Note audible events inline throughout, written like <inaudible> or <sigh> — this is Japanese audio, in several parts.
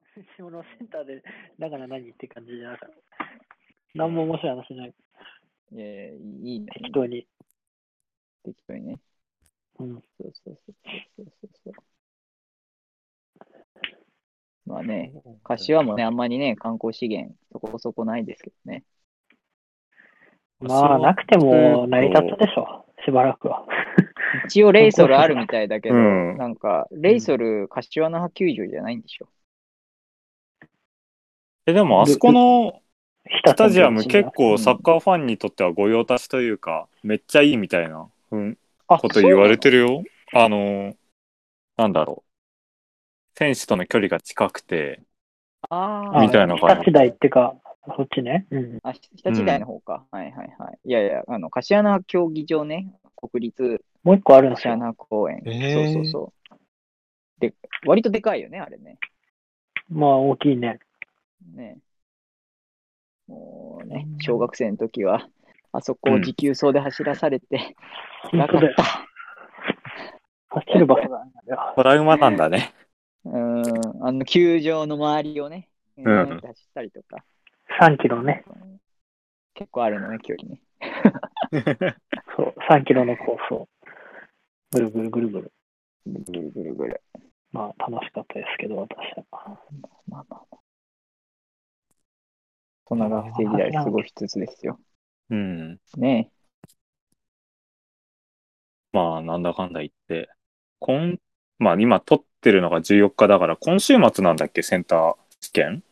<laughs> 下のセンターで、だから何って感じじゃなかった。何も面白い話ない。いやいや、いいね。適当に。適当にね。うん。そうそうそうそうそうそうそう。まあね、柏もね、あんまりね、観光資源、そこそこないですけどね。まあ、なくても成り立つでしょ。しばらくは。一応、レイソルあるみたいだけど、うんなんか、レイソル、柏の葉球場じゃないんでしょ。え、でもあそこのススタジアム結うん構サッカーファンにとっては御用達というか、めっちゃいいみたいな、うん、あこと言われてるよ。あの、なんだろう。選手との距離が近くて、ああ、みたいな感じ日立大ってか、そっちね。うん。あ、日立大の方か。はいはいはい。いやいや、あの、柏の葉競技場ね、国立もう一個あるんです柏よ。の葉公園。えーそうそうそう。で、割とでかいよね、あれね。まあ、大きいね。ね。もうね、小学生の時は、あそこを持久走で走らされて、本辛か当っだよ。た。走る場所があるんだよ。トラウマなん <laughs> だね。うん、あの、球場の周りをね、うん走ったりとか、 3キロね。結構あるのね、距離ね。そう、3キロのコースを。ぐるぐるぐるぐる。ぐるぐるぐる。まあ、楽しかったですけど、私は。まあまあまあ。そんな学生時代過ごしつつですよ。うん。ねまあ、なんだかんだ言って。今、まあ今撮ってるのが14日だから、今週末なんだっけ、センター試験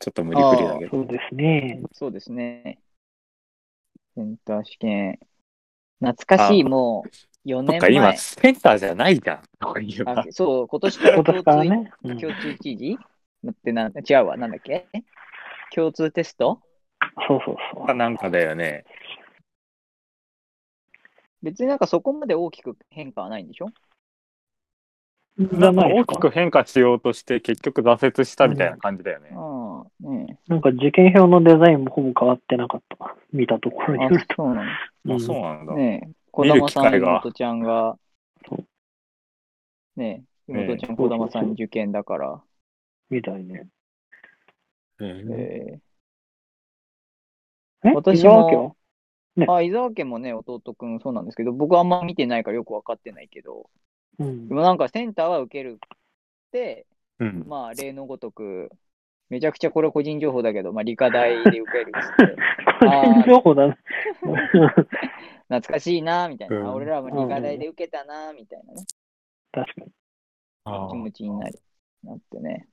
ちょっと無理くりだけど。そうですね。そうですね。センター試験。懐かしい、あもう4そっ年か、前。今、センターじゃないじゃん。とか言えばあそう、今年から今共年から通ね。うん共通知事ってなん違うわ、なんだっけ共通テストそうそうそう。かなんかだよね。別になんかそこまで大きく変化はないんでしょじなゃんかないで大すきかく。変化しようとして、結局挫折したみたいな感じだよね。ああ、ねなんか受験票のデザインもほぼ変わなかった。見たところえ。にあよると。そうなあうんそうなんだ。の。ねえ。小見る玉機さん、会が妹ちゃんが、ねえ、ねえ妹ちゃん、小玉さん受験だから、みたいね。うんええ私も伊沢家はえねあ、伊沢家もね、弟くんそうなんですけど、僕はあんま見てないからよくわかってないけど、うんで。もなんかセンターは受けるって、うんまあ、例のごとく、めちゃくちゃこれ個人情報だけど、まあ、理科大で受けるっつって、個人情報だね。懐かしいな、みたいな、うんあ俺らも理科大で受けたな、みたいなね、 <laughs> 確かに。あ気持ちになり、なってね。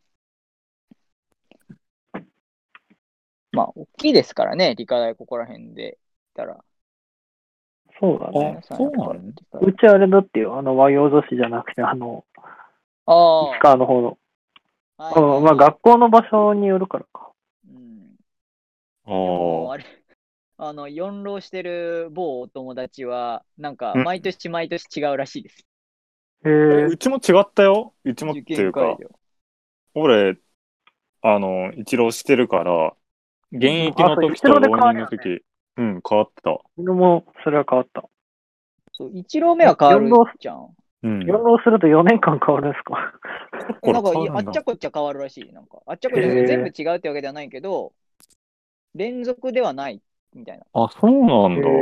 まあ、大きいですからね、理科大ここら辺で言ったら。そうだね。あそうなのんうちあれだってよ、あの和洋女子じゃなくて、あの、ああ、市川の方の。はいうん、まあ学校の場所によるからか。うんあでもーあれあの、四浪してる某お友達は、なんか、うん毎年毎年違うらしいです。へええうちも違ったよ。うちもって受い験う会か場、。俺、あの、一浪してるから、現役あの時とそう一浪で浪人の変わる時、うん、変わってた。昨日もそれは変わった。そう、一浪目は変わるじゃん。うん。 4浪すると4年間変わるんですか。これなんかい変わあるんだっちゃこっちゃ変わるらしい。なんかあっちゃこっちゃへー全部違うってわけではないけど、連続ではないみたいな。あ、そうなんだ。へ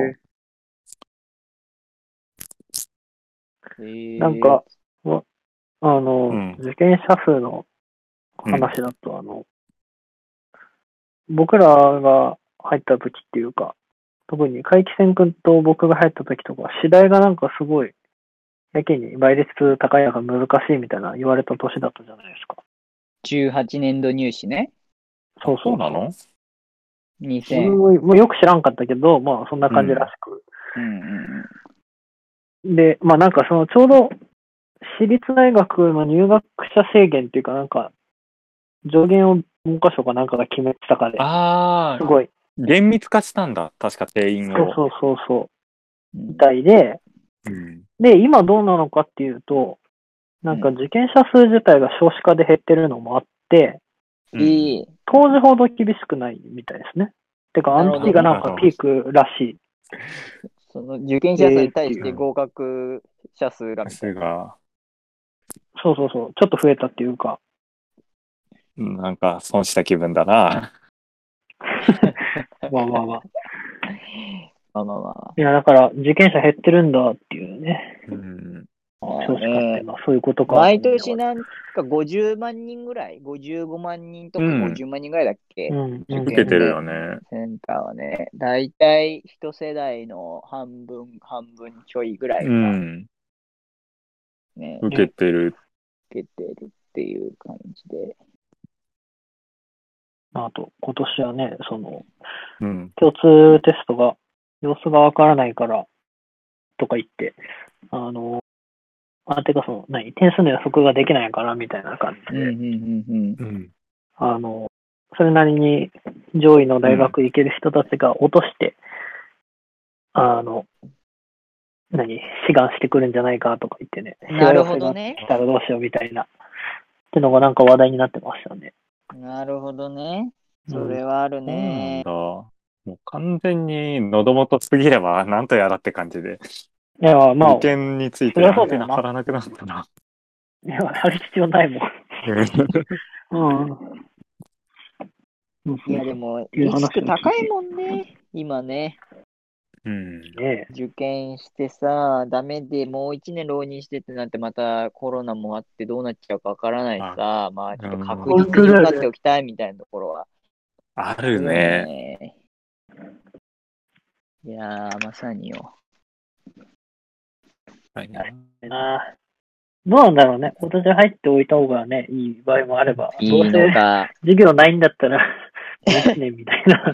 なんへーか、わあの、うん受験者数の話だと、あの、僕らが入った時っていうか、特に怪奇戦君と僕が入った時とか、次第がなんかすごい、やけに倍率高いのが難しいみたいな言われた年だったじゃないですか。 18年度入試ね。そうそうなの自分2000。ももうよく知らんかったけど、まあそんな感じらしく。うんうんで、まあなんかそのちょうど私立大学の入学者制限っていうかなんか上限を文科省かなんかが決めてたかで、あすあ、ごい。厳密化したんだ。確か定員そうを。そうそうそう。うんみたいで、うんで、今どうなのかっていうと、なんかう受験者数自体が少子化で減ってるのもあって、ううんん。いい。当時ほど厳しくないみたいですね。てか、アなるほどンチがなんかピークらしい。その受験者数に対して合格者数らみたいそれが、そうそうそう、ちょっと増えたっていうか、うんなんか損した気分だな。まあまあまあ。まあまあまあ。いや、だから、受験者減ってるんだっていうね。うん。あ少子化っていうのはそういうことか。毎年なんか50万人ぐらい、55万人とかうん50万人ぐらいだっけ、うん、うん。受けてるよね。センターはね、だいたい一世代の半分、半分ちょいぐらいうがん。ね、受けてる。受けてるっていう感じで。あと、今年はね、その、うん。共通テストが、様子がわからないから、とか言って、あの、あ、てかその、何、点数の予測ができないから、みたいな感じうんで、うんうんうん。うん。あの、それなりに上位の大学行ける人たちが落として、あの、何、志願してくるんじゃないかとか言ってね、なるほどね幸せが来たらどうしようみたいな、ってのがなんか話題になってましたね。なるほどね。うんそれはあるそうなんね。だ。もう完全に喉元すぎればなんとやらって感じで、いや、まあ受、験についそてりゃアそうンだテよなナ張らなくなっ <laughs> たな。いやある必要ないもん。うん。いやでも、いうリ話をス聞いてク高いもんね。今ね、うん。ね受験してさ、ダメでもう一年浪人してってなって、またコロナもあってどうなっちゃうかわからないしさ、まあちょっと確実に受かっておきたいみたいなところは。あるね。ね。いやー、まさによ。はいえ。などうなんだろうね。今年入っておいた方がね、いい場合もあれば、いどういせのか、授業ないんだったら、1年みたいな。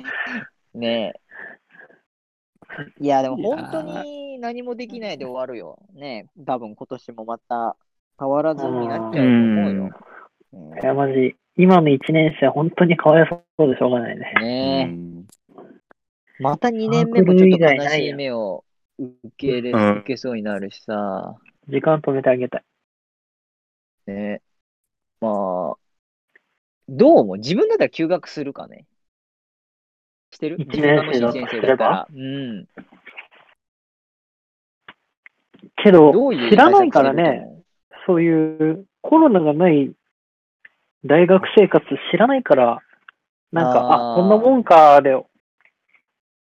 ねえ。いや、でもいやー本当に何もできないで終わるよ。ねえ、多分今年もまた変わらずになっちゃうと思うよ。うんいや、マジ、今の1年生、本当にかわいそうでしょうがないね。うねんえ、また2年目もちょっと悲しい目を受けれうん受けそうになるしさ。時間止めてあげたい。ねまあ、どうも自分だったら休学するかね。してる一自分が年も生だし1年生だったら。うん。けど、どういう知らないから対策してね、ると思う。そういうコロナがない大学生活知らないから、なんか、ああーこんなもんかで終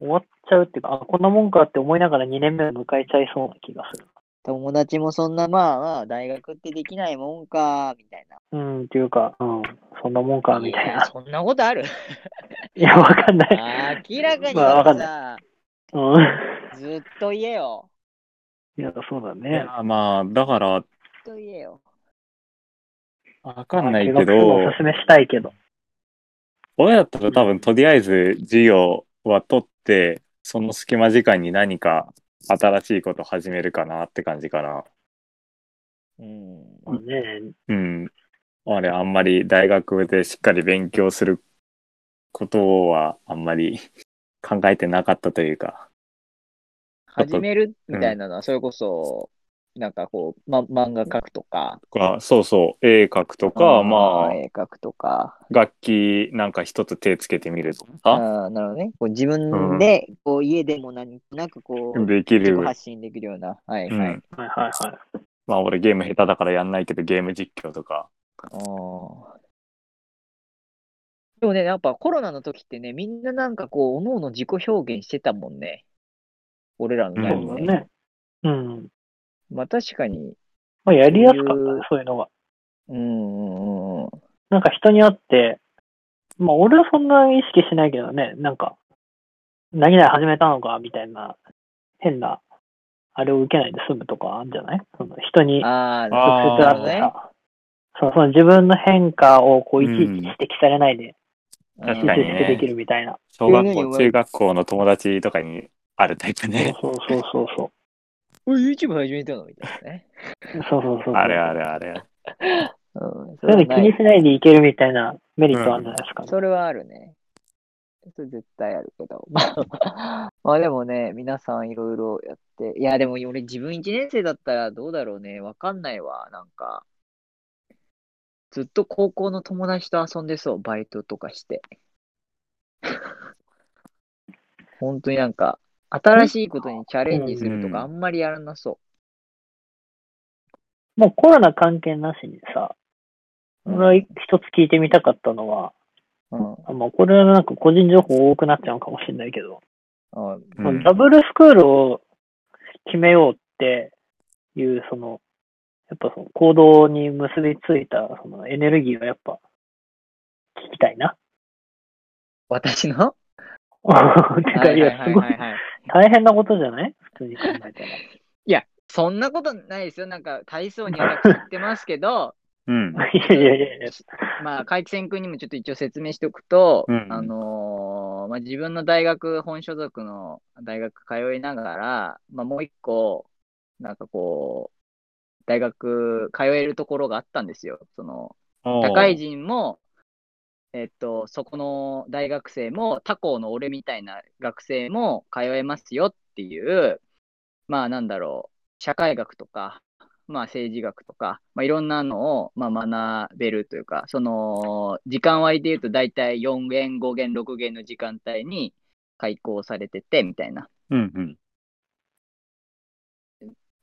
わっちゃうっていうか、あ、こんなもんかって思いながら2年目を迎えちゃいそうな気がする。友達もそんな、まあまあ、大学ってできないもんか、みたいな。うん、っていうか、うん、そんなもんか、みたいやな。そんなこ <laughs> とあるいや、わかんない。明らかにまあわかんさ、うん。ずっと言えよ。いや、そうだいね。やまあ、だから、ずっと言えよ。わかんないまあけ留学するのどおす、すめしたいけど。親だったら多分とりあえず授業は取って、その隙間時間に何か新しいこと始めるかなって感じかな。うん。まあね、うん。俺あんまり大学でしっかり勉強することはあんまり <laughs> 考えてなかったというか。あと始めるみたいなのは、それこそ、なんかこう、ま、漫画描くとか。あそうそう、絵描くとか、うんまあ、絵描くとか。楽器なんか一つ手つけてみるとか、あなるほどね。こう自分で、こう家でも何となくこう、でき自る己。発信できるような。はいはうい。ん。はいはいはい。まあ俺ゲーム下手だからやんないけどゲーム実況とか。おーでもね、やっぱコロナの時ってね、みんななんかこう、おのおの自己表現してたもんね。俺らの代そうもだね。ね。うん。まあ確かに、まあ、やりやすかったそういねう、そういうのが。うんうんうんうん。なんか人に会って、まあ俺はそんな意識しないけどね、なんか、何々始めたのかみたいな、変な、あれを受けないで済むとかあるんじゃないその人にあーあ直接会ってなるさ、そうその自分の変化をこういちいちうん指摘されないで、うん確集かに中ねしてできるみたいな。小学そういうふうに校、思う中学校の友達とかにあるタイプね。そうそうそうそう。おい YouTube 始めたのみたいなね。そうそうそう。あれあれあれ。うん、そそういうの気にい。しないでいけるみたいなメリットあるんじゃないですかね。それはあるね。それ絶対あるけど。 <laughs> まあまあまあでもね、皆さんいろいろやって。いや、でも俺自分1年生だったらどうだろうね。わかんないわ。なんか。ずっと高校の友達と遊んでそう。バイトとかして。 <laughs> 本当になんか、新しいことにチャレンジするとかあんまりやらなそもうコロナ関係なしにさ、これは一つ聞いてみたかったのは、うん。あまあ、これはなんか個人情報多くなっちゃうかもしれないけど、あうまあんダブルスクールを決めようっていう、その、やっぱその行動に結びついたそのエネルギーはやっぱ聞きたいな。私のてか、いはや、はすごいはは大変なことじゃない普通に考えたら。いや、そんなことないですよ。なんか、大層には言ってますけど、うん。いやいやいやいや。まあ、海戦君にもちょっと一応説明しておくと、うんあのーまあ、自分の大学、本所属の大学通いながら、まあ、もう一個、なんかこう、大学通えるところがあったんですよ。その、社会人も、えっと、そこの大学生も、他校の俺みたいな学生も通えますよっていう、まあなんだろう、社会学とか、まあ政治学とか、まあいろんなのを、まあ、学べるというか、その、時間割で言うと大体4限、5限、6限の時間帯に開講されてて、みたいな。うんうん。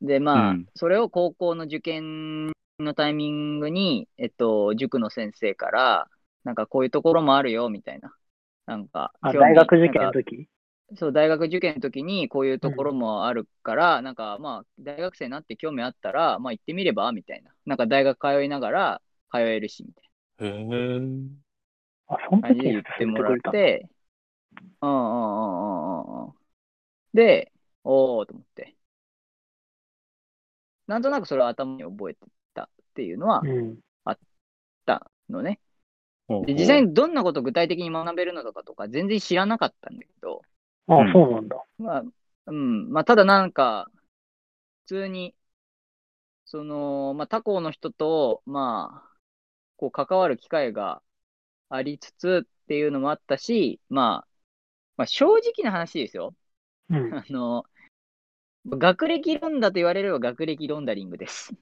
で、まあ、うんそれを高校の受験のタイミングに、えっと、塾の先生から、なんかこういうところもあるよ、みたいな。なんか、あ、興味大学受験なんのか時そう、大学受験の時にこういうところもあるから、なんかまあ、大学生になって興味あったら、まあ行ってみればみたいな。なんか大学通いながら通えるし、みたいな。へえ。あ、その感時じにで言って勧めもてらくっれた。て、うんうんうんうんうんうん。で、おーと思って。なんとなくそれは頭に覚えてたっていうのはあうん。ったのね。ほうで、実際にどんなことを具体的に学べるのかとか全然知らなかったんだけど、あうん、そうなんだ。まあ、うん、まあ、ただなんか、普通に、その、まあ、他校の人と、まあ、こう、関わる機会がありつつっていうのもあったし、まあ、まあ、正直な話ですよ。 <laughs> うん。あの、学歴論だと言われれば学歴ロンダリングです。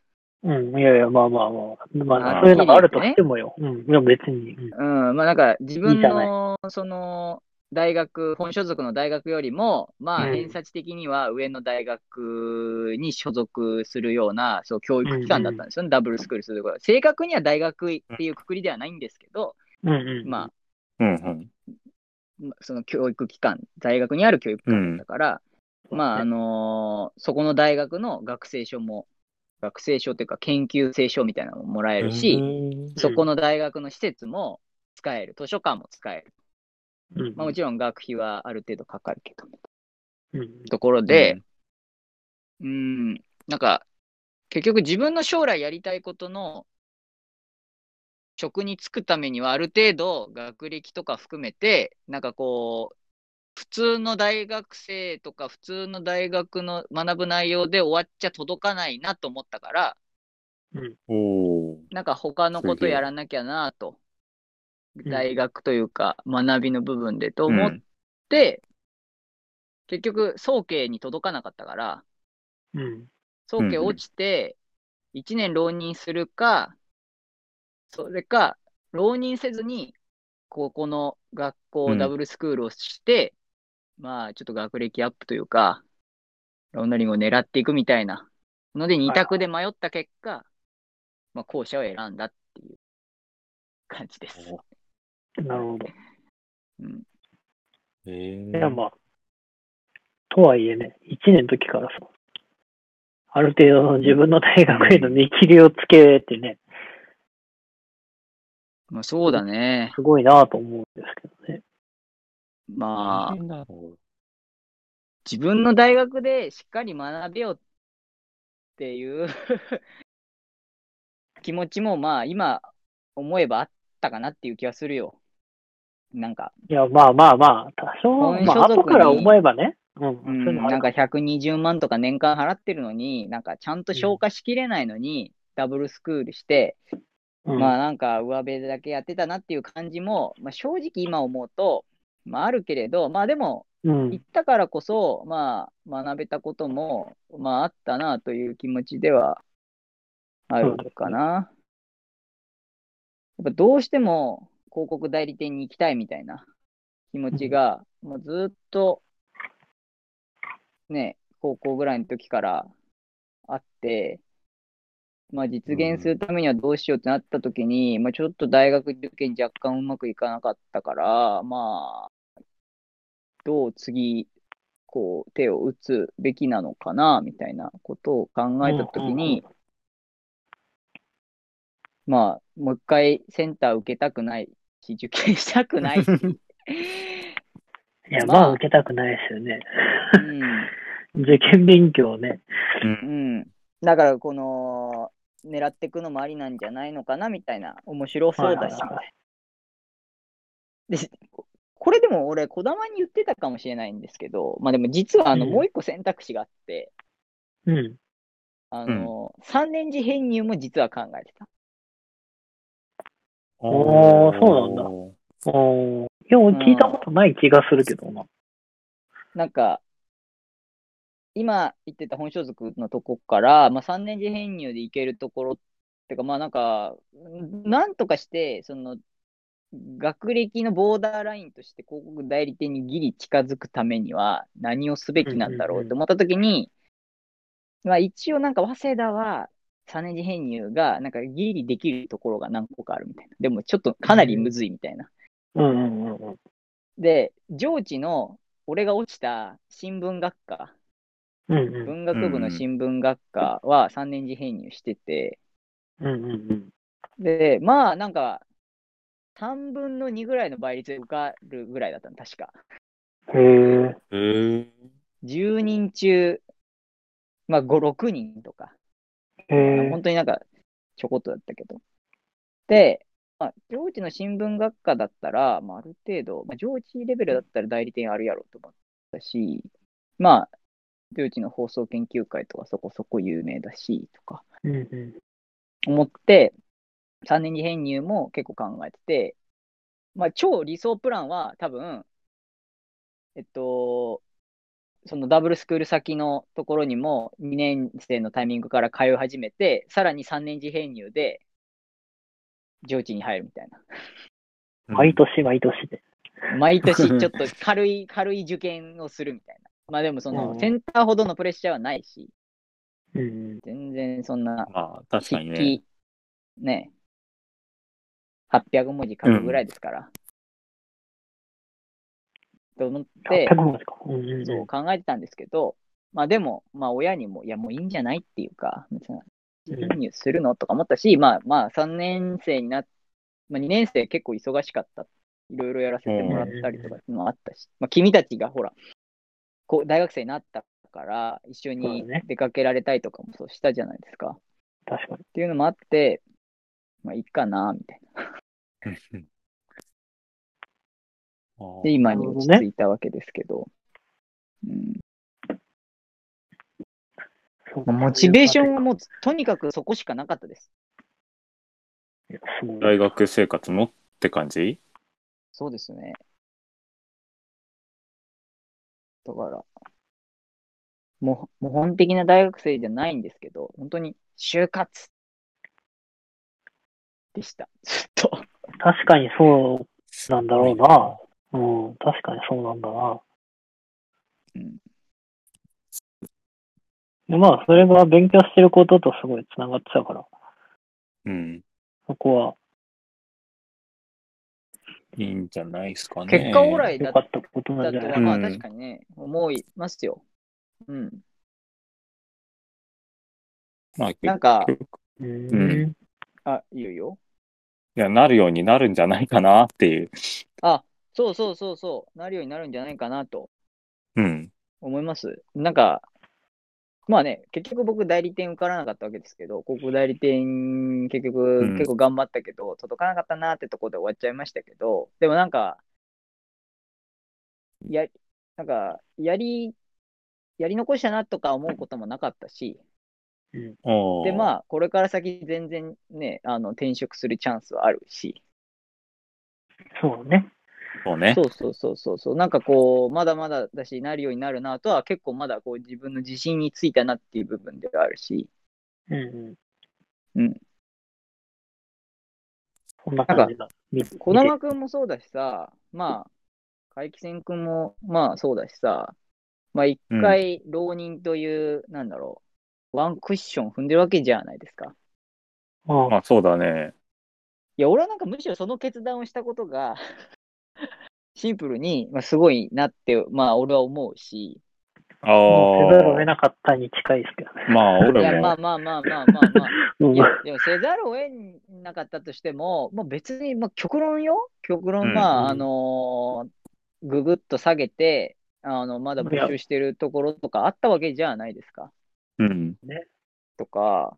うん。いやいや、まあまあまあ。まあ、あそういうのがあるとしてもよ。うん。いや、別に。うんうん、まあなんか自い分いじゃなのその大学、本所属の大学よりも、まあうん偏差値的には上の大学に所属するようなそう教育機関だったんですよね、ダブルスクールするところ。正確には大学っていうくくりではないんですけど、うんうん。まうんうん。あ、その教育機関、大学にある教育機関だから、うんまあ、あのーそこの大学の学生証も、学生証というか研究生証みたいなのももらえるし、そこの大学の施設も使える、図書館も使える。うん。まあ、もちろん学費はある程度かかるけど、うん。ところで、うん、なんか、結局自分の将来やりたいことの職に就くためには、ある程度学歴とか含めて、なんかこう、普通の大学生とか、普通の大学の学ぶ内容で終わっちゃ届かないなと思ったから、おお。なんか他のこすとげえやらなきゃなと、ん大学というか学びの部分でと思って、結局、早慶に届かなかったから、うん。早慶落ちて、1年浪人するか、それか、浪人せずに、ここの学う校、んダブルスクールをして、まあ、ちょっと学歴アップというか、ロンダリングを狙っていくみたいなので、2択で迷った結果、まあ、後者を選んだっていう感じです。なるほど。うん、えーいや、まあ。とはいえね、1年の時からさ、ある程度の自分の大学への見切りをつけてね、まあ、そうだね。すごいなぁと思うんですけどね。まあ、あ。自分の大学でしっかり学べよっていう <laughs> 気持ちもまあ今思えばあったかなっていう気はするよ。なんか、いや、まあまあまあ、多少、本まあ、所属に後から思えばね。うん。う、そういうんのあなるんか120万とか年間払ってるのに、なんかちゃんと消化しきれないのに、ダブルスクールして、うんまあなんか上辺だけやってたなっていう感じも、まあ、正直今思うと、まああるけれど、まあでもうん行ったからこそ、まあ、学べたことも、まあ、あったなという気持ちではあるかな。やっぱどうしても広告代理店に行きたいみたいな気持ちが、もうずっと、ね、高校ぐらいの時からあって、まあ、実現するためにはどうしようってなった時に、まあ、ちょっと大学受験若干うまくいかなかったから、まあ、どう次、こう、手を打つべきなのかな、みたいなことを考えた時に、まあ、もう一回センター受けたくないし、受験した <laughs> くないし、いや、ままああ受けたくないですよね。うん、受験勉強ね。うん。だから、この、狙っていくのもありなんじゃないのかなみたいな、面白そうだしはいはいは。でこれでも俺、児玉に言ってたかもしれないんですけど、まあでも実はあのうんもう一個選択肢があって、うん。あの3年次編入も実は考えてた。おーそうなんだおーいや、俺聞いたことない気がするけどな。なんか、今言ってた本所属のとこから、まあ、3年次編入で行けるところってか、まあなんか、なんとかして、その、学歴のボーダーラインとして広告代理店にギリ近づくためには何をすべきなんだろうって思った時に、まあ一応なんか早稲田は3年次編入がなんかギリできるところが何個かあるみたいな。でもちょっとかなりむずいみたいな。うんうんうんうん。で、上智の俺が落ちた新聞学科、うんうん。文学部の新聞学科は3年次編入してて、うんうんうん。で、まあなんか、3分の2ぐらいの倍率で受かるぐらいだったの、確か。へえ。へー10人中、まあ5、6人とか、へえ。本当になんかちょこっとだったけど。で、まあ、上智の新聞学科だったら、まあ、ある程度、まあ、上智レベルだったら代理店あるやろうと思ったし、まあ、上智の放送研究会とかそこそこ有名だし、とか。うんうん。思って、3年次編入も結構考えてて、まあ、超理想プランは多分、えっと、そのダブルスクール先のところにも2年生のタイミングから通い始めて、さらに3年次編入で上智に入るみたい毎年毎年で。な。 <laughs> 毎年ちょ <laughs> っと軽い、軽い受験をするみたいな。まあでもそのうんセンターほどのプレッシャーはないし、うんうん。全然そんなまあ、確かに筆ね。記ね800文字書くぐらいですから。と思って100、文字か。うんうんそうう考えてたんですけど、まあでも、まあ親にも、いやもういいんじゃないっていうか、別にん。何をするのとか思ったし、まあまあ3年生になっ、まあ、2年生結構忙しかった。いろいろやらせてもらったりとかっていうのもあったし、まあ君たちがほら、こう大学生になったから、一緒にそうだね出かけられたりとかもそうしたじゃないですか。確かに。っていうのもあって、まあ、いいかな、みたいな。あーで、今に落ち着いたわけですけど。そううん、モチベーションはもう、とにかくそこしかなかったです。いやそう大学生活のって感じそうですね。だから、もう、模範的な大学生じゃないんですけど、本当に、就活でした。ずっと。確かにそうなんだろうな。うん、確かにそうなんだな。うんでまあ、それが勉強してることとすごい繋がってたから、うん。そこは、いいんじゃないですかね。結果オーライ良だかったことなだんじゃなといは、かまあうん確かにね、思いますよ。うん。まあ、なんか結局ううんん。あ、いいよいいよ。いや、なるようになるんじゃないかなっていう。あ、そうそうそうそう、なるようになるんじゃないかなとうん。思います。なんか、まあね、結局僕代理店受からなかったわけですけど、広告代理店結局、うん結構頑張ったけど、届かなかったなってとこで終わっちゃいましたけど、でもなんか、や、なんか、やり、やり残したなとか思うこともなかったし、おで、まあ、あ、これから先全然ね、あの、転職するチャンスはあるし、そうね。そうね。そうそうそうそうそう、なんかこう、まだまだだし、なるようになるなとは、結構まだこう自分の自信についたなっていう部分ではあるし、うんうん。うん。そんな感じだ。見て児玉君もそうだしさ、まあ、怪奇戦君もまあそうだしさ、まあ一回、浪人という、なんだろう、ワンクッション踏んでるわけじゃないですか。あまあそうだね。いや、俺はなんかむしろその決断をしたことがシンプルに、まあ、すごいなって、まあ俺は思うし、あもうせざるを得あ。なかったに近いですけどね。まあいや俺まあも。まあまあまあまあまあ、うんいや、でもせざるを得なかったとしても、まあ、別に、まあ、極論よ極う論、んまあ、うんあのーぐぐっと下げて、あの、まだ募集してるところとかあったわけじゃないですか。うん。とか、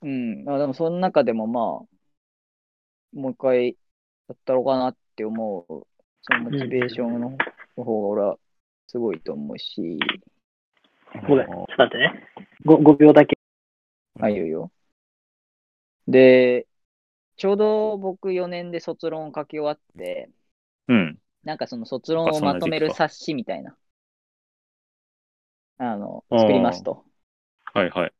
うん。あでも、その中でも、まあ、もう一回やったろうかなって思う、そのモチベーションの方が、俺は、すごいと思うし、ごめん、ちょっと待ってね。ご 5, 秒だけ。あ、いいよいいよ。で、ちょうど僕4年で卒論を書き終わって、うん。なんかその卒論をまとめる冊子みたいな、あの、あー作りますと。はいはい。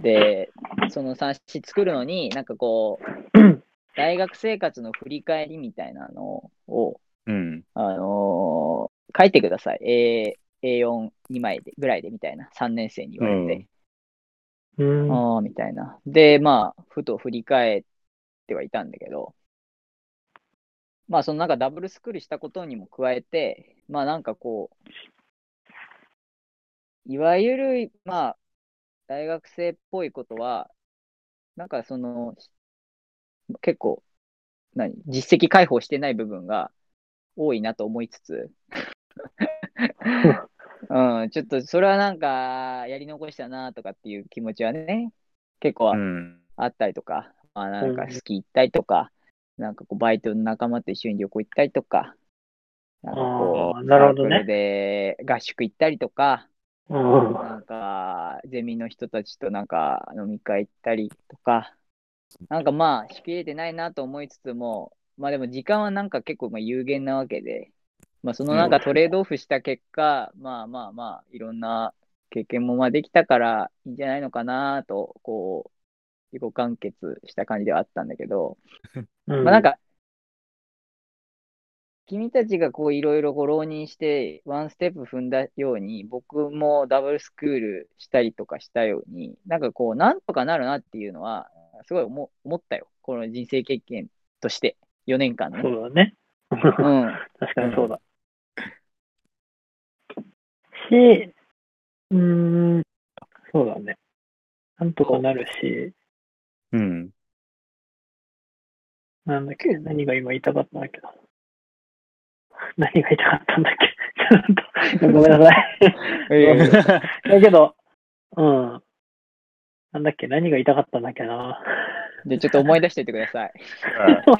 で、その冊子作るのに、なんかこうんう、大学生活の振り返りみたいなのを、うん。あのー書いてください。A、A4、2枚で、ぐらいでみたいな、3年生に言われて。うん。うんああ、みたいな。で、まあ、ふと振り返ってはいたんだけど、まあ、そのなんかダブルスクールしたことにも加えて、まあ、なんかこう、いわゆる、まあ、大学生っぽいことは、なんかその、結構、何、実績解放してない部分が多いなと思いつつ、うん、ちょっとそれはなんか、やり残したなとかっていう気持ちはね、結構うん。あったりとか、まあなんうかんスキー行ったりとか、なんかこうバイトの仲間と一緒に旅行行ったりとか、なんかこあーう、なるほどねサークルで合宿行ったりとか、うんなんかゼミの人たちとなんか飲み会行ったりとか、なんかまあしきれてないなと思いつつも、まあでも時間はなんか結構まあ有限なわけで、まあそのなんかトレードオフした結果、まあまあまあいろんな経験もまあできたからいいんじゃないのかなと、こう、自己完結した感じではあったんだけど、うんまあなんか、君たちがこういろいろこう浪人してワンステップ踏んだように、僕もダブルスクールしたりとかしたように、なんかこう、なんとかなるなっていうのは、すごい思思ったよ。この人生経験として、4年間そね。うだね。うん。 <laughs> 確かにそうだ。し、うーん、そうだね。なんとかなるし、うん。なんだっけ、何が今言いたかったんだっけな。何が言いたかったんだっけ。ちょっと、ごめんなさい。だけど、うん。なんだっけ、何が言いたかったんだっけな。で、ちょっと思い出しておいてください。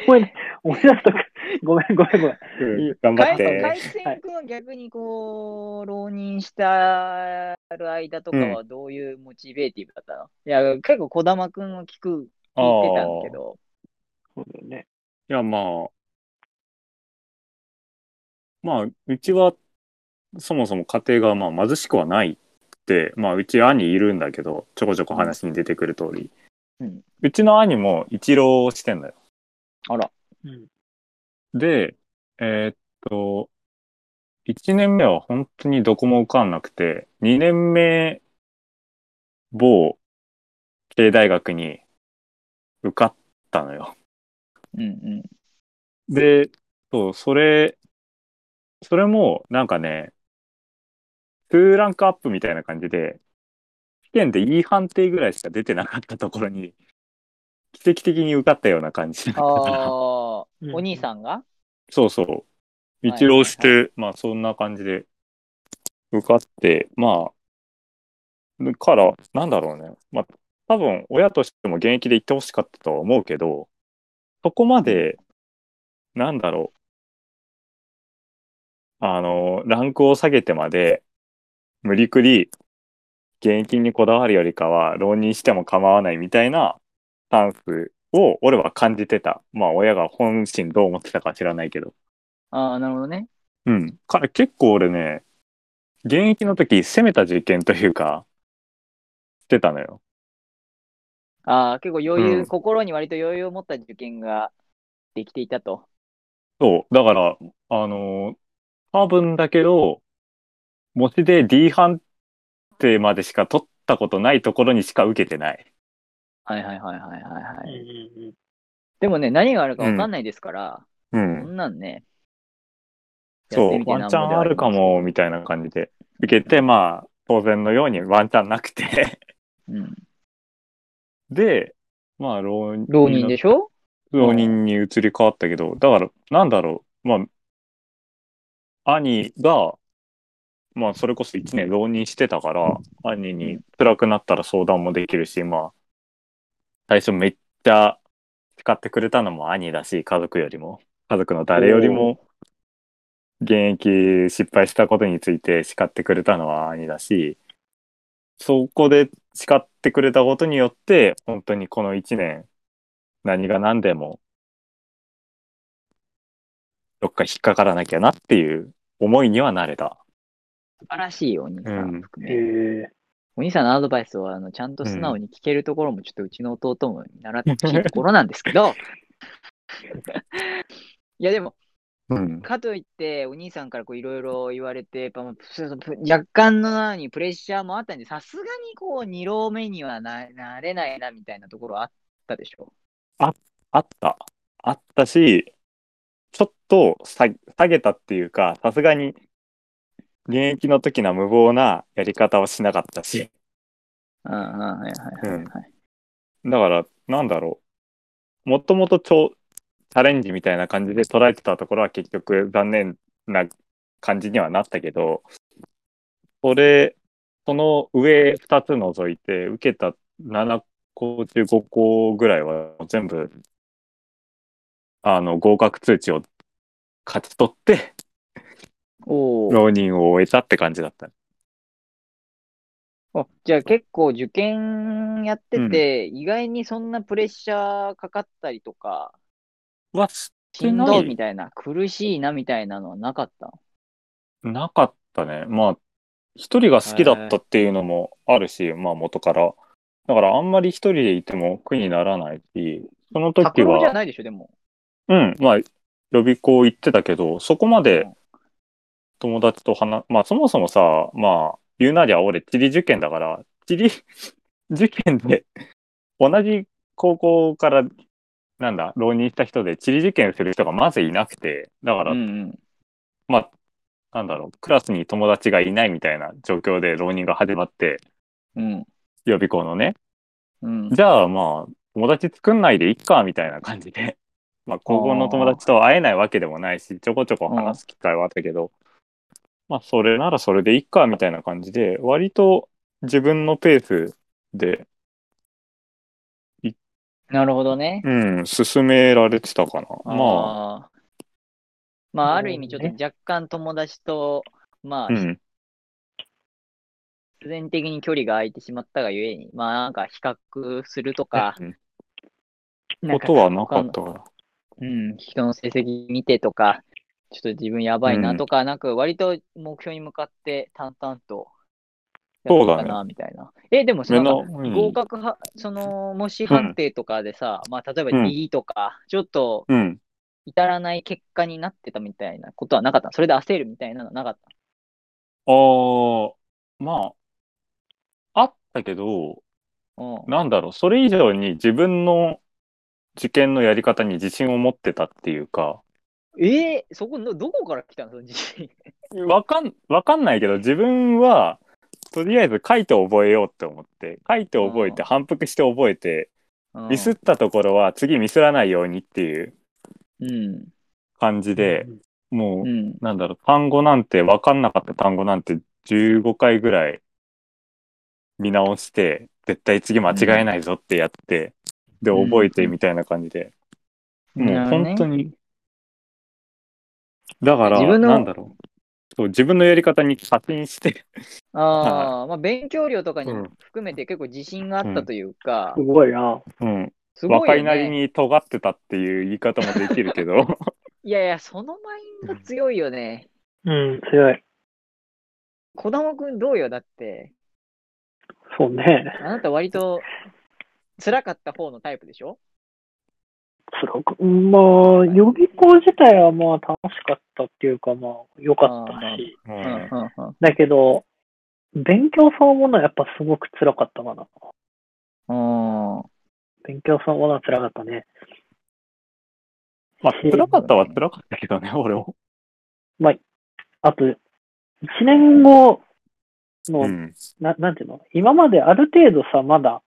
思い思い出すとか、ごめん、ごめん、ごめん。頑張っ海て。鮮君は逆にこう、浪人したる間とかはどういうモチベーティブだったの、いや、結構児玉君を聞く、ああ聞いてたんだー。けど。そうだよね。いや、まあ。まあ、うちは、そもそも家庭がまあ貧しくはないって、まあ、うち兄いるんだけど、ちょこちょこ話に出てくる通り。うんうちの兄も一浪してんだよ。あら。うん。で、えーっと、1年目は本当にどこも受かんなくて、2年目、某、経営大学に受かったのよ。うんうん。で、そう、それ、それも、なんかね、2ランクアップみたいな感じで、試験で E 判定ぐらいしか出てなかったところに、奇跡的に受かったような感じだったああから。ー、うんお兄さんがそうそう。いはい一浪して、まあそんな感じで受かって、まあ、から、なんだろうね。まあ多分親としても現役で行ってほしかったとは思うけど、そこまで、なんだろう。あの、ランクを下げてまで、無理くり、現役にこだわるよりかは、浪人しても構わないみたいなスタンスを俺は感じてた。まあ親が本心どう思ってたか知らないけど。ああ、なるほどね。うん。彼結構俺ね、現役の時攻めた実験というか、してたのよ。ああ、結構余裕、うん心に割と余裕を持った受験ができていたと。そう。だから、あのー多分だけど、模試で D 判定までしか取ったことないところにしか受けてない。はいはいはいはいはいはうんい。うんうんでもね、何があるかわかんないですから、うこん。んなんね、やっそてうみ、てワンチャンあるかも、みたいな感じで受けて、まあ、当然のようにワンチャンなくて、 <laughs> なんもではありません。うん。で、まあ、浪人浪人でしょ浪人に移り変わったけど、だから、なんだろう、まあ、兄が、まあ、それこそ1年浪人してたから、兄に辛くなったら相談もできるし、まあ、最初めっちゃ使ってくれたのも兄だし、家族よりも、家族の誰よりも、現役失敗したことについて叱ってくれたのは兄だし、そこで叱ってくれたことによって、本当にこの1年、何が何でも、どっか引っかからなきゃなっていう思いにはなれた。素晴らしいお兄さうんん含め、へえお兄さんのアドバイスをあのちゃんと素直に聞けるところも、ちょっとうちの弟も見習ってほしいところなんですけ <laughs> ど、いやでも、うん。かといって、お兄さんからこういろいろ言われて、やっぱまあそうそうぷ若干のなにプレッシャーもあったんで、さすがにこう2浪目にはななれないなみたいなところはあったでしょ。あった。あったし、ちょっと下げ下げたっていうか、さすがに、現役の時の無謀なやり方はしなかったし。うんうんはいはいはい、はいだから、なんだろう。もともとちょチャレンジみたいな感じで捉えてたところは結局残念な感じにはなったけど、それ、その上2つ除いて、受けた7校中5校ぐらいは全部、あの、合格通知を勝ち取って、おー浪人を終えたって感じだった。おじゃあ結構受験やってて、意外にそんなプレッシャーかかったりとか、は、ししてんなどいいみたいな、苦しいなみたいなのはなかったのなかったね。まあ、一人が好きだったっていうのもあるし、まあ元から。だからあんまり一人でいても苦にならないし、その時拓郎じゃは、ないでしょ、でも。うん、まあ予備校行ってたけど、そこまで友達と話、まあそもそもさ、まあ言うなりゃ俺、地理受験だから、地理 <laughs> 受験で同じ高校から、なんだ、浪人した人で地理受験する人がまずいなくて、だからうんうん。まあ、なんだろう、クラスに友達がいないみたいな状況で浪人が始まって、うん。予備校のね、うん。じゃあまあ、友達作んないでいっか、みたいな感じで、 <laughs> まあ、高校の友達と会えないわけでもないし、ちょこちょこ話す機会はあったけど、まあ、それならそれでいっか、みたいな感じで、割と自分のペースで、なるほどね。うん、進められてたかな。まあ、あー。まあ、ある意味ちょっそうと若干友達と、まあ、うん、必然的に距離が空いてしまったがゆえに、まあ、なんか比較するとか、なんこかとはなかったから。うん、人の成績見てとか、ちょっと自分やばいなとか、なんか割と目標に向かって淡々とやってたそうだな、みたいな。え、でもそ目のの、うん合格は、その、模試判定とかでさ、まあ例えばうん D とか、ちょっとうん。至らない結果になってたみたいなことはなかった。それで焦るみたいなのはなかっああ、まあ、あったけど、た。うん。なんだろう、それ以上に自分の受験のやり方に自信を持ってたっていうか、えーそこの、どこから来たのその自信。わかん、わかんないけど、自分は、とりあえず書いて覚えようって思って、書いて覚えて、あー反復して覚えて、うんミスったところは次ミスらないようにっていううん。感じで、もうう、ん。なんだろう、単語なんて、わかんなかった単語なんて15回ぐらい見直して、絶対次間違えないぞってやって、で、うん覚えてみたいな感じで、もうなるほどね本当に。だから、自分のなんだろう。そう、自分のやり方に課金して、ああ、まあ勉強量とかにうん含めて結構自信があったというか、すごいな。うん、すごい若よいなねりに尖ってたっていう言い方もできるけ <laughs> ど、いやいや、そのマインド強いよね。うん、強い。子供くんどうよ、だって。そうね。あなた割と辛かった方のタイプでしょ辛く。まあ、予備校自体はまあ楽しかったっていうか、まあ、良かったあーし。ううんんうんだけど、勉強そのものはやっぱすごく辛かったかな。うん。うん勉強そのものは辛かったね。まあ、し辛かったは辛かったけどね、俺も。あと、1年後の、うん。ななんていうの今まである程度さ、まだ、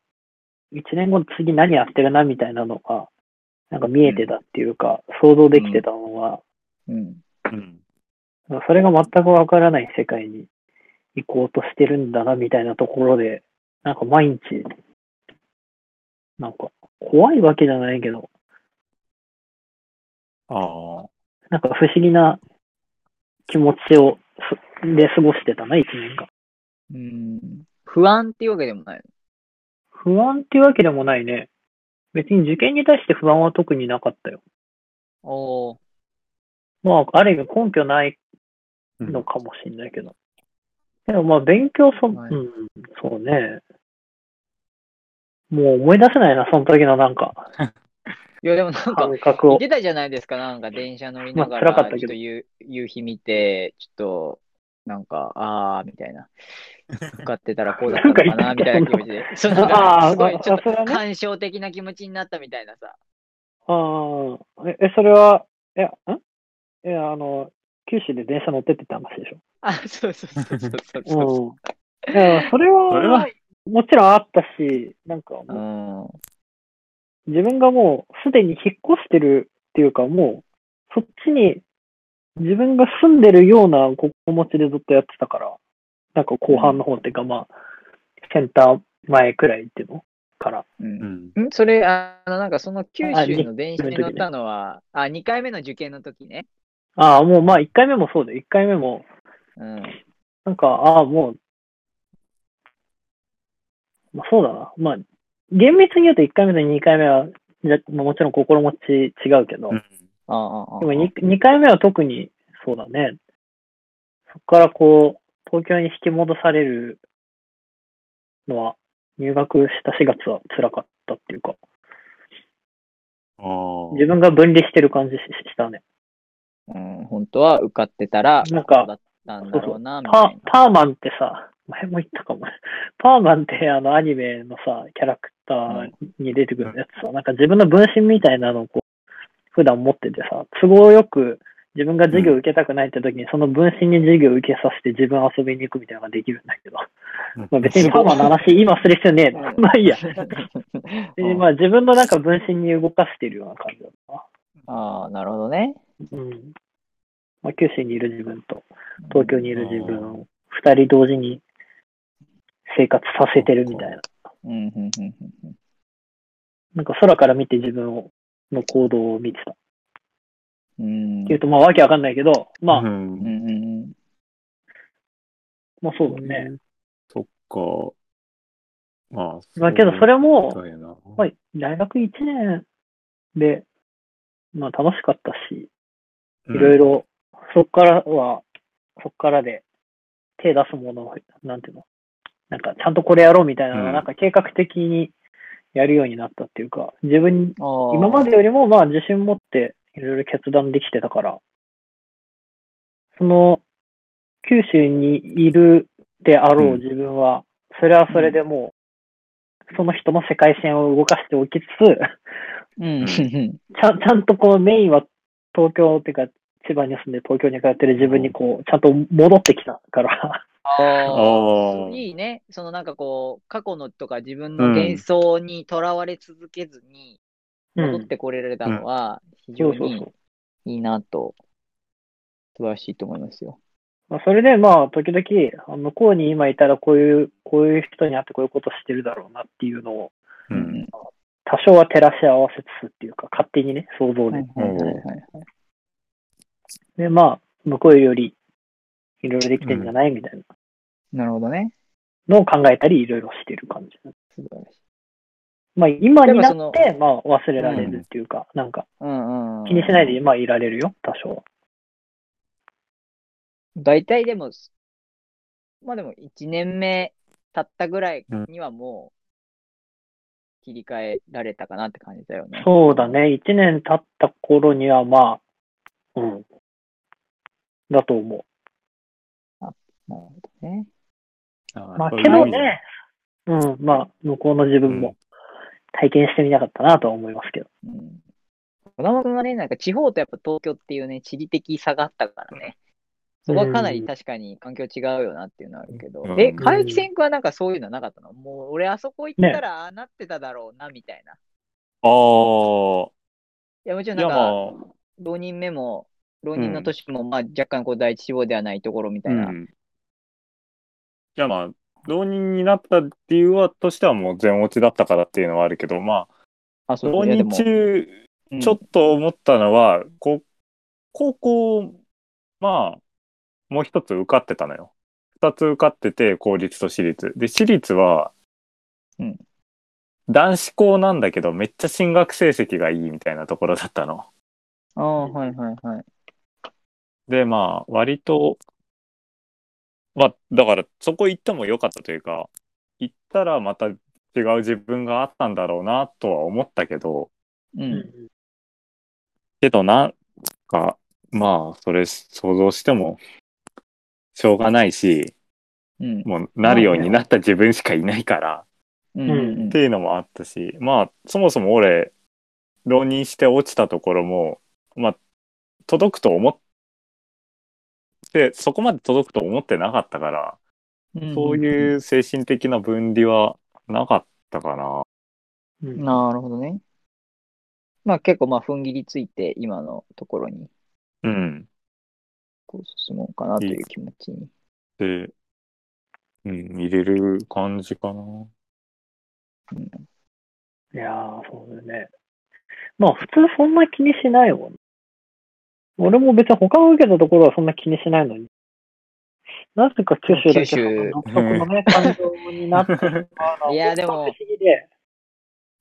1年後の次何やってるなみたいなのが、なんか見えてたっていうか、想像できてたのは、うん。うん。それが全くわからない世界に行こうとしてるんだなみたいなところで、なんか毎日、なんか怖いわけじゃないけど、ああ。なんか不思議な気持ちをすで過ごしてたな、一年間。うん。不安っていうわけでもない不安っていうわけでもないね。別に受験に対して不安は特になかったよ。の。おーまあ、ある意味根拠ないうんのかもしれないけど。でもまあ、勉強そ、はいうん、そうね。もう思い出せないな、その時のなんか、いや、でもなんか、感覚言っを。てたじゃないですか、なんか電車乗りながまあら、辛かったけちどょっと夕夕日見て、ちょっと、なんか、あー、みたいな。使ってたらこうだったのかな、 <laughs> なんかみた言いってな気た持ちで。そうなんかあーすごい、ちょっあそれはねと感傷的な気持ちになったみたいなあさ。あ、え、えそれは、いや、んいや、あの、九州で電車乗ってってって話でしょ。あ、そうそうそうそうそうそう。うん。いや、それは、それはもちろんあったし、なんかもううん。うん自分がもうすでに引っ越してるっていうか、もう、そっちに自分が住んでるような心持ちでずっとやってたから、なんか後半の方っていうか、まあ、センター前くらいっていうのから。うん。んそれ、あの、なんかその九あ州の電車に乗ったのは、あ、2回目の受験の時ね。ああ、もうまあ、1回目もそうで、1回目も、うん。なんか、ああ、もう、まあ、そうだな。まあ、厳密に言うと1回目と2回目は、じゃまあもちろん心持ち違うけど、うんああ、ああでも 2, 2回目は特にそうだね。そこからこう、東京に引き戻されるのは、入学した4月は辛かったっていうか、ああ。自分が分離してる感じししたね。うん、本当は受かってたら、なんかこうだったんだろうな、みたパいな。パーマンってさ、前も言ったかも。パーマンってあのアニメのさ、キャラクターに出てくるやつさ、なんか自分の分身みたいなのをこう、普段持っててさ、都合よく自分が授業受けたくないって時に、その分身に授業受けさせて自分遊びに行くみたいなのができるんだけど。まあ別にパーマンの話、今する必要ねえな。 <laughs> う <laughs> んまあいいや。うでんまあ自分のなんか分身に動かしてるような感じだったああ、なるほどね。な。うん。まあ九州にいる自分と東京にいる自分を二人同時に生活させてるみたいな。うん、うん、うん、うん。なんか空から見て自分をの行動を見てた。っうん。ていうとまあわけわかんないけど、まあ、うんうんうんうんまあそうだね。そっか。まあ、まあけどそれも、そうやな。まあ大学一年で、まあ楽しかったし、うんいろいろ、そこからは、そこからで手出すものを、なんていうの、なんかちゃんとこれやろうみたいなのうが、んなんか計画的にやるようになったっていうか、自分、あー今までよりもまあ自信持っていろいろ決断できてたから、その、九州にいるであろううん自分は、それはそれでもう、その人の世界線を動かしておきつつ、 <laughs> うんうんちゃんちゃんとこうメインは東京っていうか千葉に住んで東京に通ってる自分にこうちゃんと戻ってきたから、ああーあ。いいね。そのなんかこう、過去のとか自分の幻想にとらわれ続けずに戻ってこれられたのは非そ常うそうにそう、いいなと、素晴らしいと思いますよ。まあ、それでまあ時々あ向こうに今いたらこういうこういう人に会ってこういうことしてるだろうなっていうのをうん。多少は照らし合わせつつっていうか勝手にね想像うんで、はいはいはいはい。でまあ向こうよりいろいろできてんじゃない、みたいなるほどね。なのを考えたりいろいろしてる感じ素晴らしい。まあ今になでっもてまあ忘れられるっていうか、なんかうんうん。気にしないでまあいられるよ多少は大体でも、まあでも1年目経ったぐらいにはもう切り替えられたかなって感じだよね。そうだ。ね。一年経った頃には、まあ、うん。だと思なるほどね。う。ままあ、けどね、うん、まあ、向こうの自分も体験してみたかったなとは思いますけど。うん。小玉くんはね、なんか地方とやっぱ東京っていうね、地理的差があったからね。そこはかなり確かに環境違うよなっていうのはあるけど。うんえ、海域線区はなんかそういうのなかったのもう俺あそこ行ったらああなってただろうな、みたいな。あーいや、もちろんいなやんまか、あ、浪人目も、浪人うのん年も、まあ、若干こう第一志望ではないところみたいな。うん。じゃあまあ、浪人になった理由は、としてはもう全落ちだったからっていうのはあるけど、まあ、あ、そうそ浪ういやで人も、中、うんちょっと思ったのは、こ高校、まあ、もう一つ受かってたのよ。二つ受かってて、公立と私立。で、私立は、うん男子校なんだけど、めっちゃ進学成績がいいみたいなところだったの。ああ、はいはいはい。で、まあ、割と、まあ、だから、そこ行っても良かったというか、行ったらまた違う自分があったんだろうなとは思ったけど、うん。けどなんか、まあ、それ想像してもしょうがないし、うん。もうなるようになった自分しかいないから、うん。うんっていうのもあったし、まあ、そもそも俺、浪人して落ちたところも、まあ、届くと思って、そこまで届くと思ってなかったから、うん。そうういう精神的な分離はなかったかな。うんん。なるほどね。まあ結構、まあ、踏ん切りついて、今のところに、うん。こう進もうかなという気持ちに。で、うん、入れる感じかな。いやー、そうだよね。まあ、普通そんな気にしないもん。俺も別に他の受けたところはそんな気にしないのに。なぜか九州だけ九州独特のね、感情になってしまうのはいやでも本当不思議で、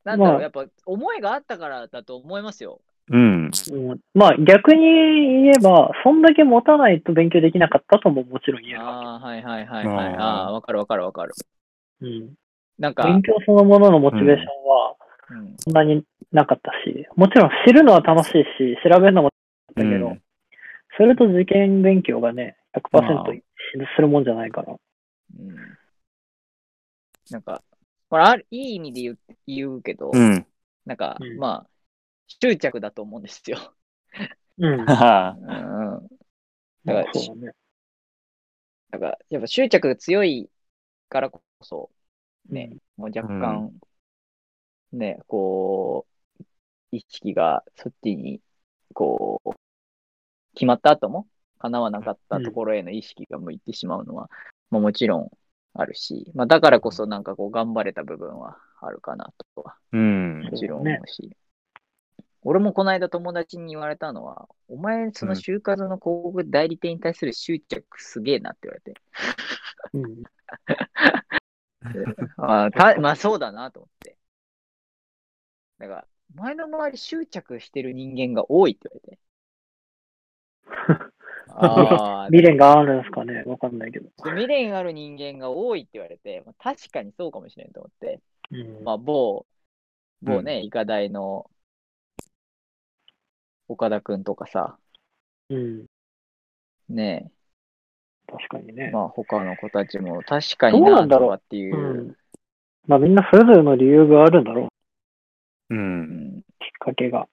なんだろまう、あやっぱ、思いがあったからだと思いますよ。うん。うんまあ逆に言えば、そんだけ持たないと勉強できなかったとももちろん言えるわああ、はいはいはいはい。あーああ、わかるわかるわかる。け。うんなんか、勉強そのもののモチベーションはうんそんなになかったし、もちろん知るのは楽しいし、調べるのも楽しかったけど、うんそれと受験勉強がね、まあ100%するもんじゃないから。うんなんか、これある、いい意味で言う言うけど、うん。なんか、うんまあ、執着だと思うんですよ。うん。ははうん。なまだあからそうだね。んか、やっぱ執着が強いからこそ、ね、もう若干、ね、こう、意識がそっちに、こう、決まった後も、叶わなかったところへの意識が向いてしまうのは、まあもちろんあるし、まあだからこそなんかこう、頑張れた部分はあるかなとはうん。もちろそうんね思うし。俺もこの間友達に言われたのは、お前、そのうん就活の広告代理店に対する執着すげえなって言われて、うん。あーたまあそうだなと思って。だから、お前の周り執着してる人間が多いって言われて。ああ、未練 <laughs> があるんですかねわかんないけど。未練ある人間が多いって言われて、まあ、確かにそうかもしれんと思って、うんまあ、某、某ね、医科大の岡田くんとかさ、うん。ねえ、確かにね。まあ他の子たちも確かにどうなんだろうとかっていうう、ん。まあみんなそれぞれの理由があるんだろう。う。うんきんっかけが。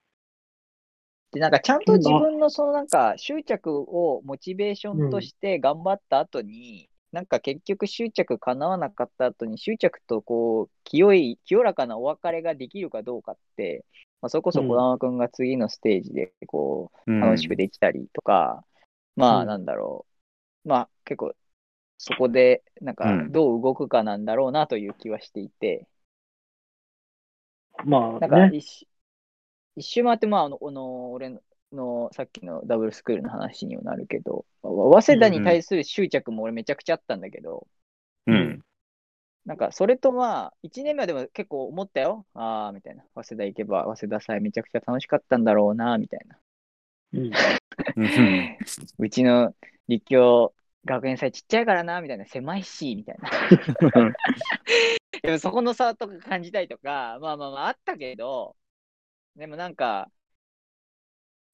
でなんかちゃんと自分のそのなんか執着をモチベーションとして頑張った後に、なんか結局執着叶わなかった後に執着とこう清い清らかなお別れができるかどうかって、まあ、それこそ小玉くんが次のステージでこう、うん楽しくできたりとか、まあうんなんだろう、まあ結構そこでなんかうんどう動くかなんだろうなという気はしていて、まなんあかね。一周一周回ってまああのあの俺のさっきのダブルスクールの話にもなるけど、わ早稲田に対する執着も俺めちゃくちゃあったんだけど、うん。なんかそれとまあ1年目はでも結構思ったよ、ああみたいな、早稲田行けば早稲田さえめちゃくちゃ楽しかったんだろうなみたいな。うん。うんうちの立教学園祭ちっちゃいからな、みたいな、狭いし、みたいな。 <laughs> でもそこの差とか感じたりとか、まあまあまああったけど、でもなんか、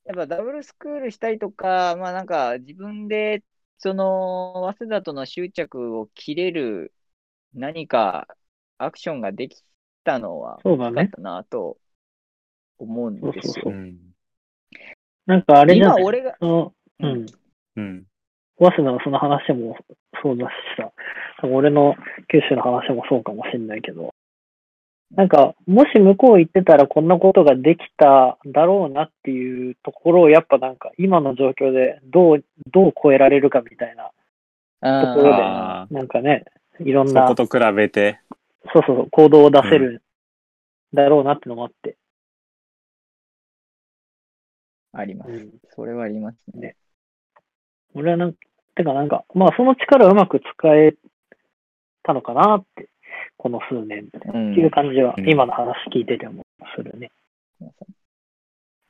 やっぱダブルスクールしたりとか、まあなんか自分で、その、早稲田との執着を切れる何かアクションができたのは、そうだ良かっね。たなと思うんですそよ。ん。なんかあれじゃ今ない俺が、その、ううんん。うん。早稲田のその話もそうだしさ、多分俺の九州の話もそうかもしんないけど、なんか、もし向こう行ってたらこんなことができただろうなっていうところを、やっぱなんか、今の状況でどう、どう超えられるかみたいなところであ、なんかね、いろんそな、こそうと比べて。そうそう、行動を出せるだろうなってのもあって、あります。うんそれはありますね。俺はなんか、てかなんか、まあその力をうまく使えたのかなって、この数年ってうんいう感じは、うん今の話聞いててもするね。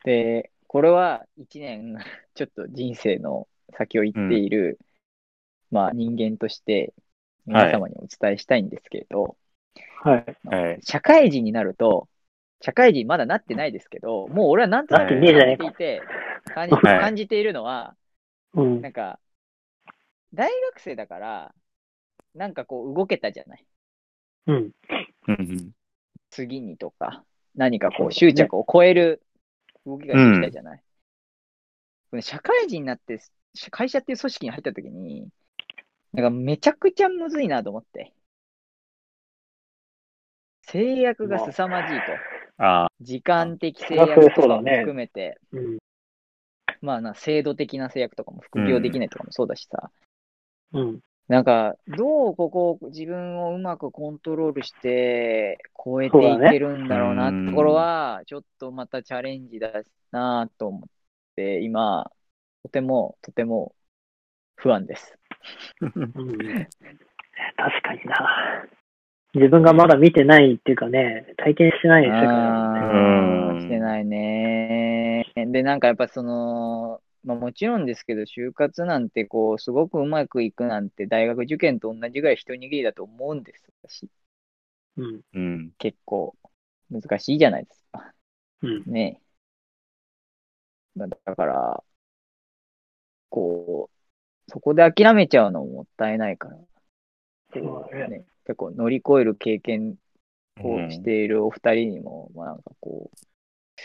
で、これは一年、 <laughs> ちょっと人生の先を行っている、まあ人間として皆様にお伝えしたいんですけれど、はい。はい。社会人になると、社会人まだなってないですけど、もう俺はなんとなくなってねえじゃねえ感かじていて、感じはい感じているのは、うんな。んか、大学生だから、なんかこう動けたじゃない。うん。うん。次にとか、何かこそうだうね執着を超える動きができたじゃない。これ社会人になって、社会社っていう組織に入った時に、なんかめちゃくちゃむずいなと思って。制約が凄まじいと。あ時間的制そりゃ約そうとかだもね含めて、うん。まあな、制度的な制約とかも副業できないとかもそうだしさ、うん。なんか、どうここを自分をうまくコントロールして超えてそういだねけるんだろうなってところは、ちょっとまたチャレンジだなと思って、今、とてもとても不安 <laughs> です。うん、確かにな。自分がまだ見てないっていうかね、体験してない世界だね。あーうんしてないね。で、なんかやっぱその、まあ、もちろんですけど、就活なんてこう、すごくうまくいくなんて、大学受験と同じぐらい一握りだと思うんですし、うん。うん。結構難しいじゃないですか。うん。ねえ。まあだから、こう、そこで諦めちゃうのももったいないから、こそううだね、結構乗り越える経験をしているお二人にも、まあなんかこう、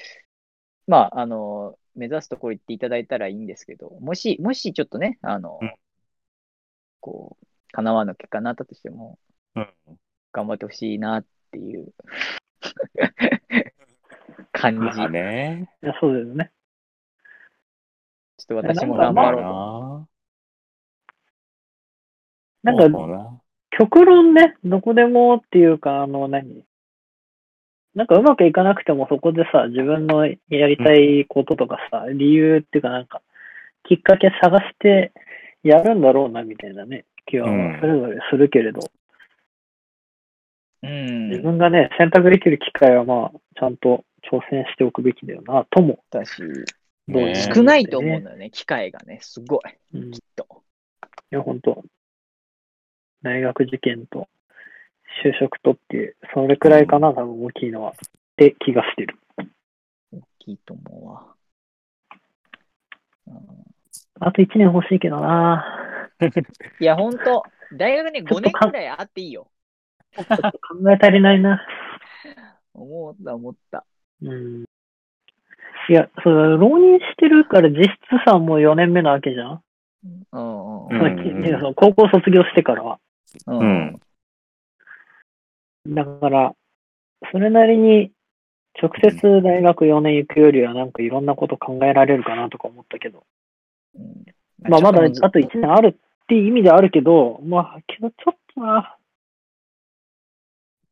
まあ、あの、目指すところ行っていただいたらいいんですけど、もし、もしちょっとね、あの、うんこう、叶わぬ結果になったとしても、うん。頑張ってほしいなっていう <laughs> 感じま。あね。いやそうだよね。ちょっと私もなんか頑張ろうと思う。ろうなんか、か、極論ね、どこでもっていうか、あの、何なんかうまくいかなくてもそこでさ、自分のやりたいこととかさ、理由っていうかなんか、きっかけ探してやるんだろうな、みたいなね、気はうんそれぞれするけれど、うん自分がね、選択できる機会はまあ、ちゃんと挑戦しておくべきだよな、とも。だし、どうね少ないと思うんだよね、機会がね、すごい、うん、いきっと。や、本当大学受験と就職とっていう、それくらいかな、多分大きいのは。って気がしてる。大きいと思うわ。うんあと1年欲しいけどないや、ほんと、大学ね、ちょっ5と年かくらいあっていいよ。考え足りないな。思った、思った。うん。いや、それ、浪人してるから実質さ、もう4年目なわけじゃん。うんううんんそのその高校卒業してからは。うん。ううんん。だから、それなりに、直接大学4年行くよりは、なんかいろんなこと考えられるかなとか思ったけど。まあ、まだあと1年あるっていう意味ではあるけど、まあ、けどちょっとな。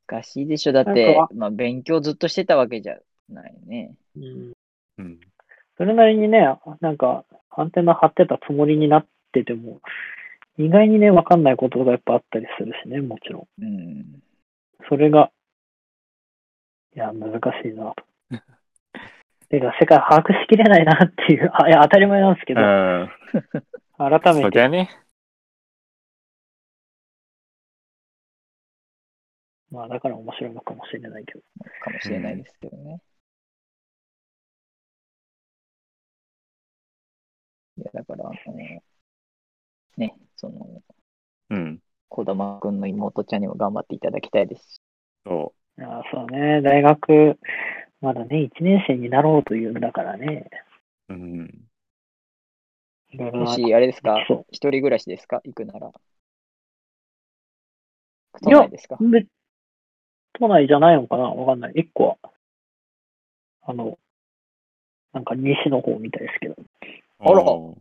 難しいでしょ。だっなんてか、まあ、勉強ずっとしてたわけじゃないね。うん。うん。それなりにね、なんか、アンテナ張ってたつもりになってても、意外にね、わかんないことがやっぱあったりするしね、もちろん。うん。それが、いや、難しいなと。てか、世界把握しきれないなっていう、あいや、当たり前なんですけうど、ん。改そめりて、ゃね。まあ、だから面白いのかもしれないけど。かもしれないですけどね。いや、だから、あのね、その、うん。児玉くんの妹ちゃんにも頑張っていただきたいですし、そああそうね、大学、まだね、1年生になろうというんだからね。うん。いろいろもなし、あれですかそ一人暮らしですか行くなら。い都や内ですかう。で、都内じゃないのかなわかんない。1個は、あの、なんか西の方みたいですけど。あらー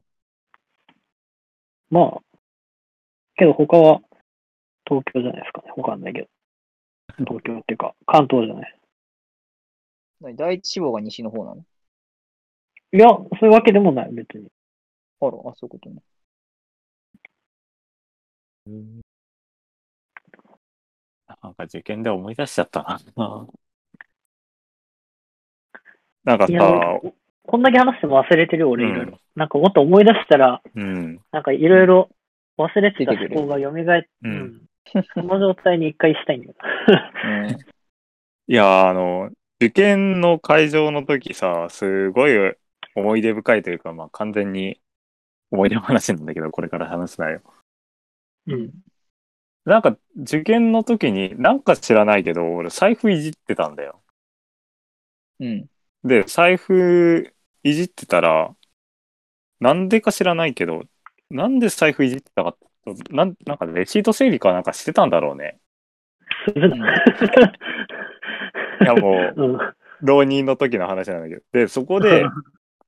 まあ、けど他は東京じゃないですかね。わかんないけど。東京っていうか、関東じゃない。何第一志望が西の方なのいや、そういうわけでもない、別に。あら、あ、そういうことね。なんか受験で思い出しちゃったな。なんかいやさ、こんだけ話しても忘れてるよ、俺、うんいろいろ。なんかもっと思い出したら、うん。なんかいろいろ忘れてた出てくる思考が蘇って、ううんん。その状態に一回したいんだよ。うん。いや、あの、受験の会場の時さ、すごい思い出深いというか、まあ完全に思い出話なんだけど、これから話すなよ。うん。なんか受験の時に、なんか知らないけど、俺財布いじってたんだよ。うん。で、財布いじってたら、なんでか知らないけど、なんで財布いじってたかってなん、なんかレシート整理かなんかしてたんだろうね。するな。いやもう、 <laughs> <laughs> うん。浪人の時の話なんだけど。で、そこ <laughs> で、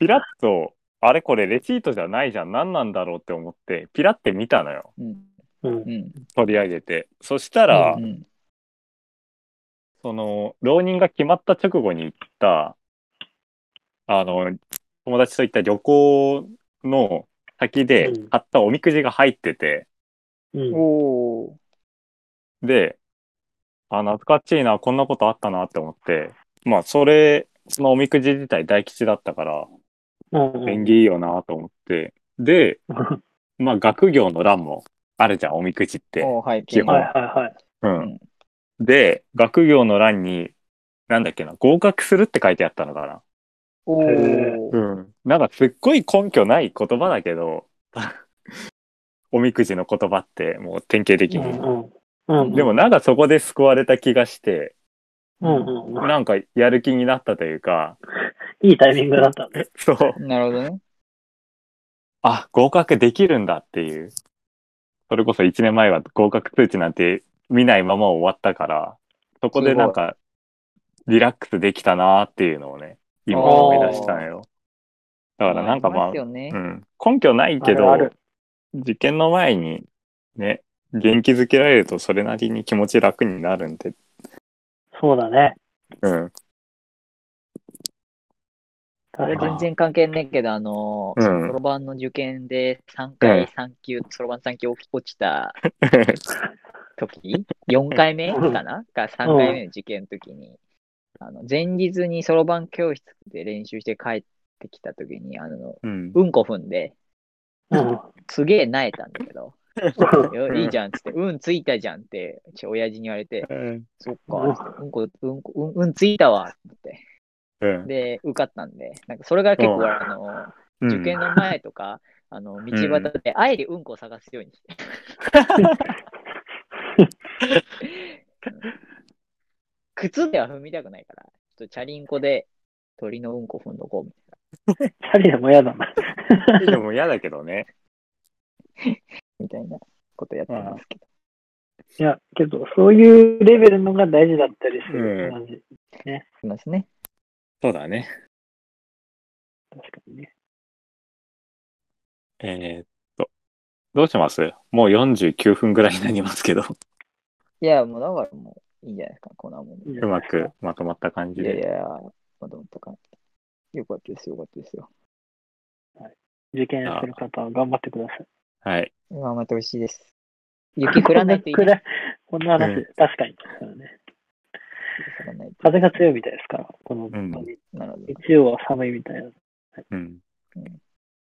ピラッと、あれこれレシートじゃないじゃん、何なんだろうって思って、ピラって見たのよ。うん。うん。うん。取り上げて。そしたら、うん。その、浪人が決まった直後に行った、あの、友達と行った旅行の先でうん買ったおみくじが入ってて、うん。おー。で、あ、懐かしいな、こんなことあったなって思って、まあ、それ、そのおみくじ自体大吉だったから、うん。縁起いいよなと思って、で、まあ、学業の欄もあるじゃん、おみくじって。おー、はい。基本はいはいはい。うん。で、学業の欄に、なんだっけな、合格するって書いてあったのかな。おー。うん。なんかすっごい根拠ない言葉だけど、 <laughs> おみくじの言葉ってもう典型的うに。んうん。うん。でもなんかそこで救われた気がして、うんうんうん。なんかやる気になったというか、いいタイミングだった。そう、なるほどね。あ、合格できるんだっていう。それこそ1年前は合格通知なんて見ないまま終わったから、そこでなんかリラックスできたなーっていうのをね、今思い出したのよ。だからなんかまありす、よねうん、根拠ないけどあるある受験の前にね元気づけられるとそれなりに気持ち楽になるんで、そうだね。うん、これ確か全然関係ねえけど、あのー、うそんろばんの受験で3うん回3級、そろばん3級落ちた時、4回目かなが3回目の受験の時に、あの、前日にそろばん教室で練習して帰ってきた時に、あの、うん、うんこ踏んで、に。うん。すげえ萎えたんだけど、うよいいじゃんっつって、うんついたじゃんって、ちょ親父に言われて、そっか、つってうんこ、うんこ、うん、うんついたわ、って。うんで、受かったんで、なんかそれが結うん構、あの、うん受験の前と <laughs> か、あの道端であえてうんこを探すように <laughs> して。靴では踏みたくないから、ちょっとチャリンコで鳥のうんこ踏んどこうみたチャリでも嫌だな。でも嫌だけどね、いなみたいなことやってますけど。いや、けど、そういうレベルのが大事だったりすうんる感じ。いますね。そうだね確かにね。えーっとどうしますもう49分ぐらいになりますけど <laughs> いや、もうだからもういいんじゃないですか、こんなもんで。いいじうゃなまいですかく。まとまった感じいやいでや、まとまった感じ。よかったですよ、よかったですよ。受験する方は頑張ってください。はい頑張ってほしいです。雪降らないといいです。暗こんな話、うん確かに。そうね雪降らないと。風が強いみたいですから、この、<laughs> んなるほど。日曜は寒いみたいな。うん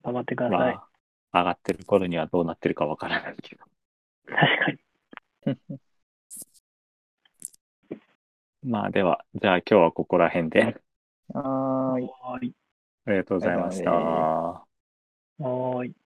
頑張ってください。まあ上がってる頃にはどうなってるかわからないけど確かに。 <laughs> まあではじゃあ今日はここら辺ではーい。はーい。ありがとうございましありがとうございた。はーい。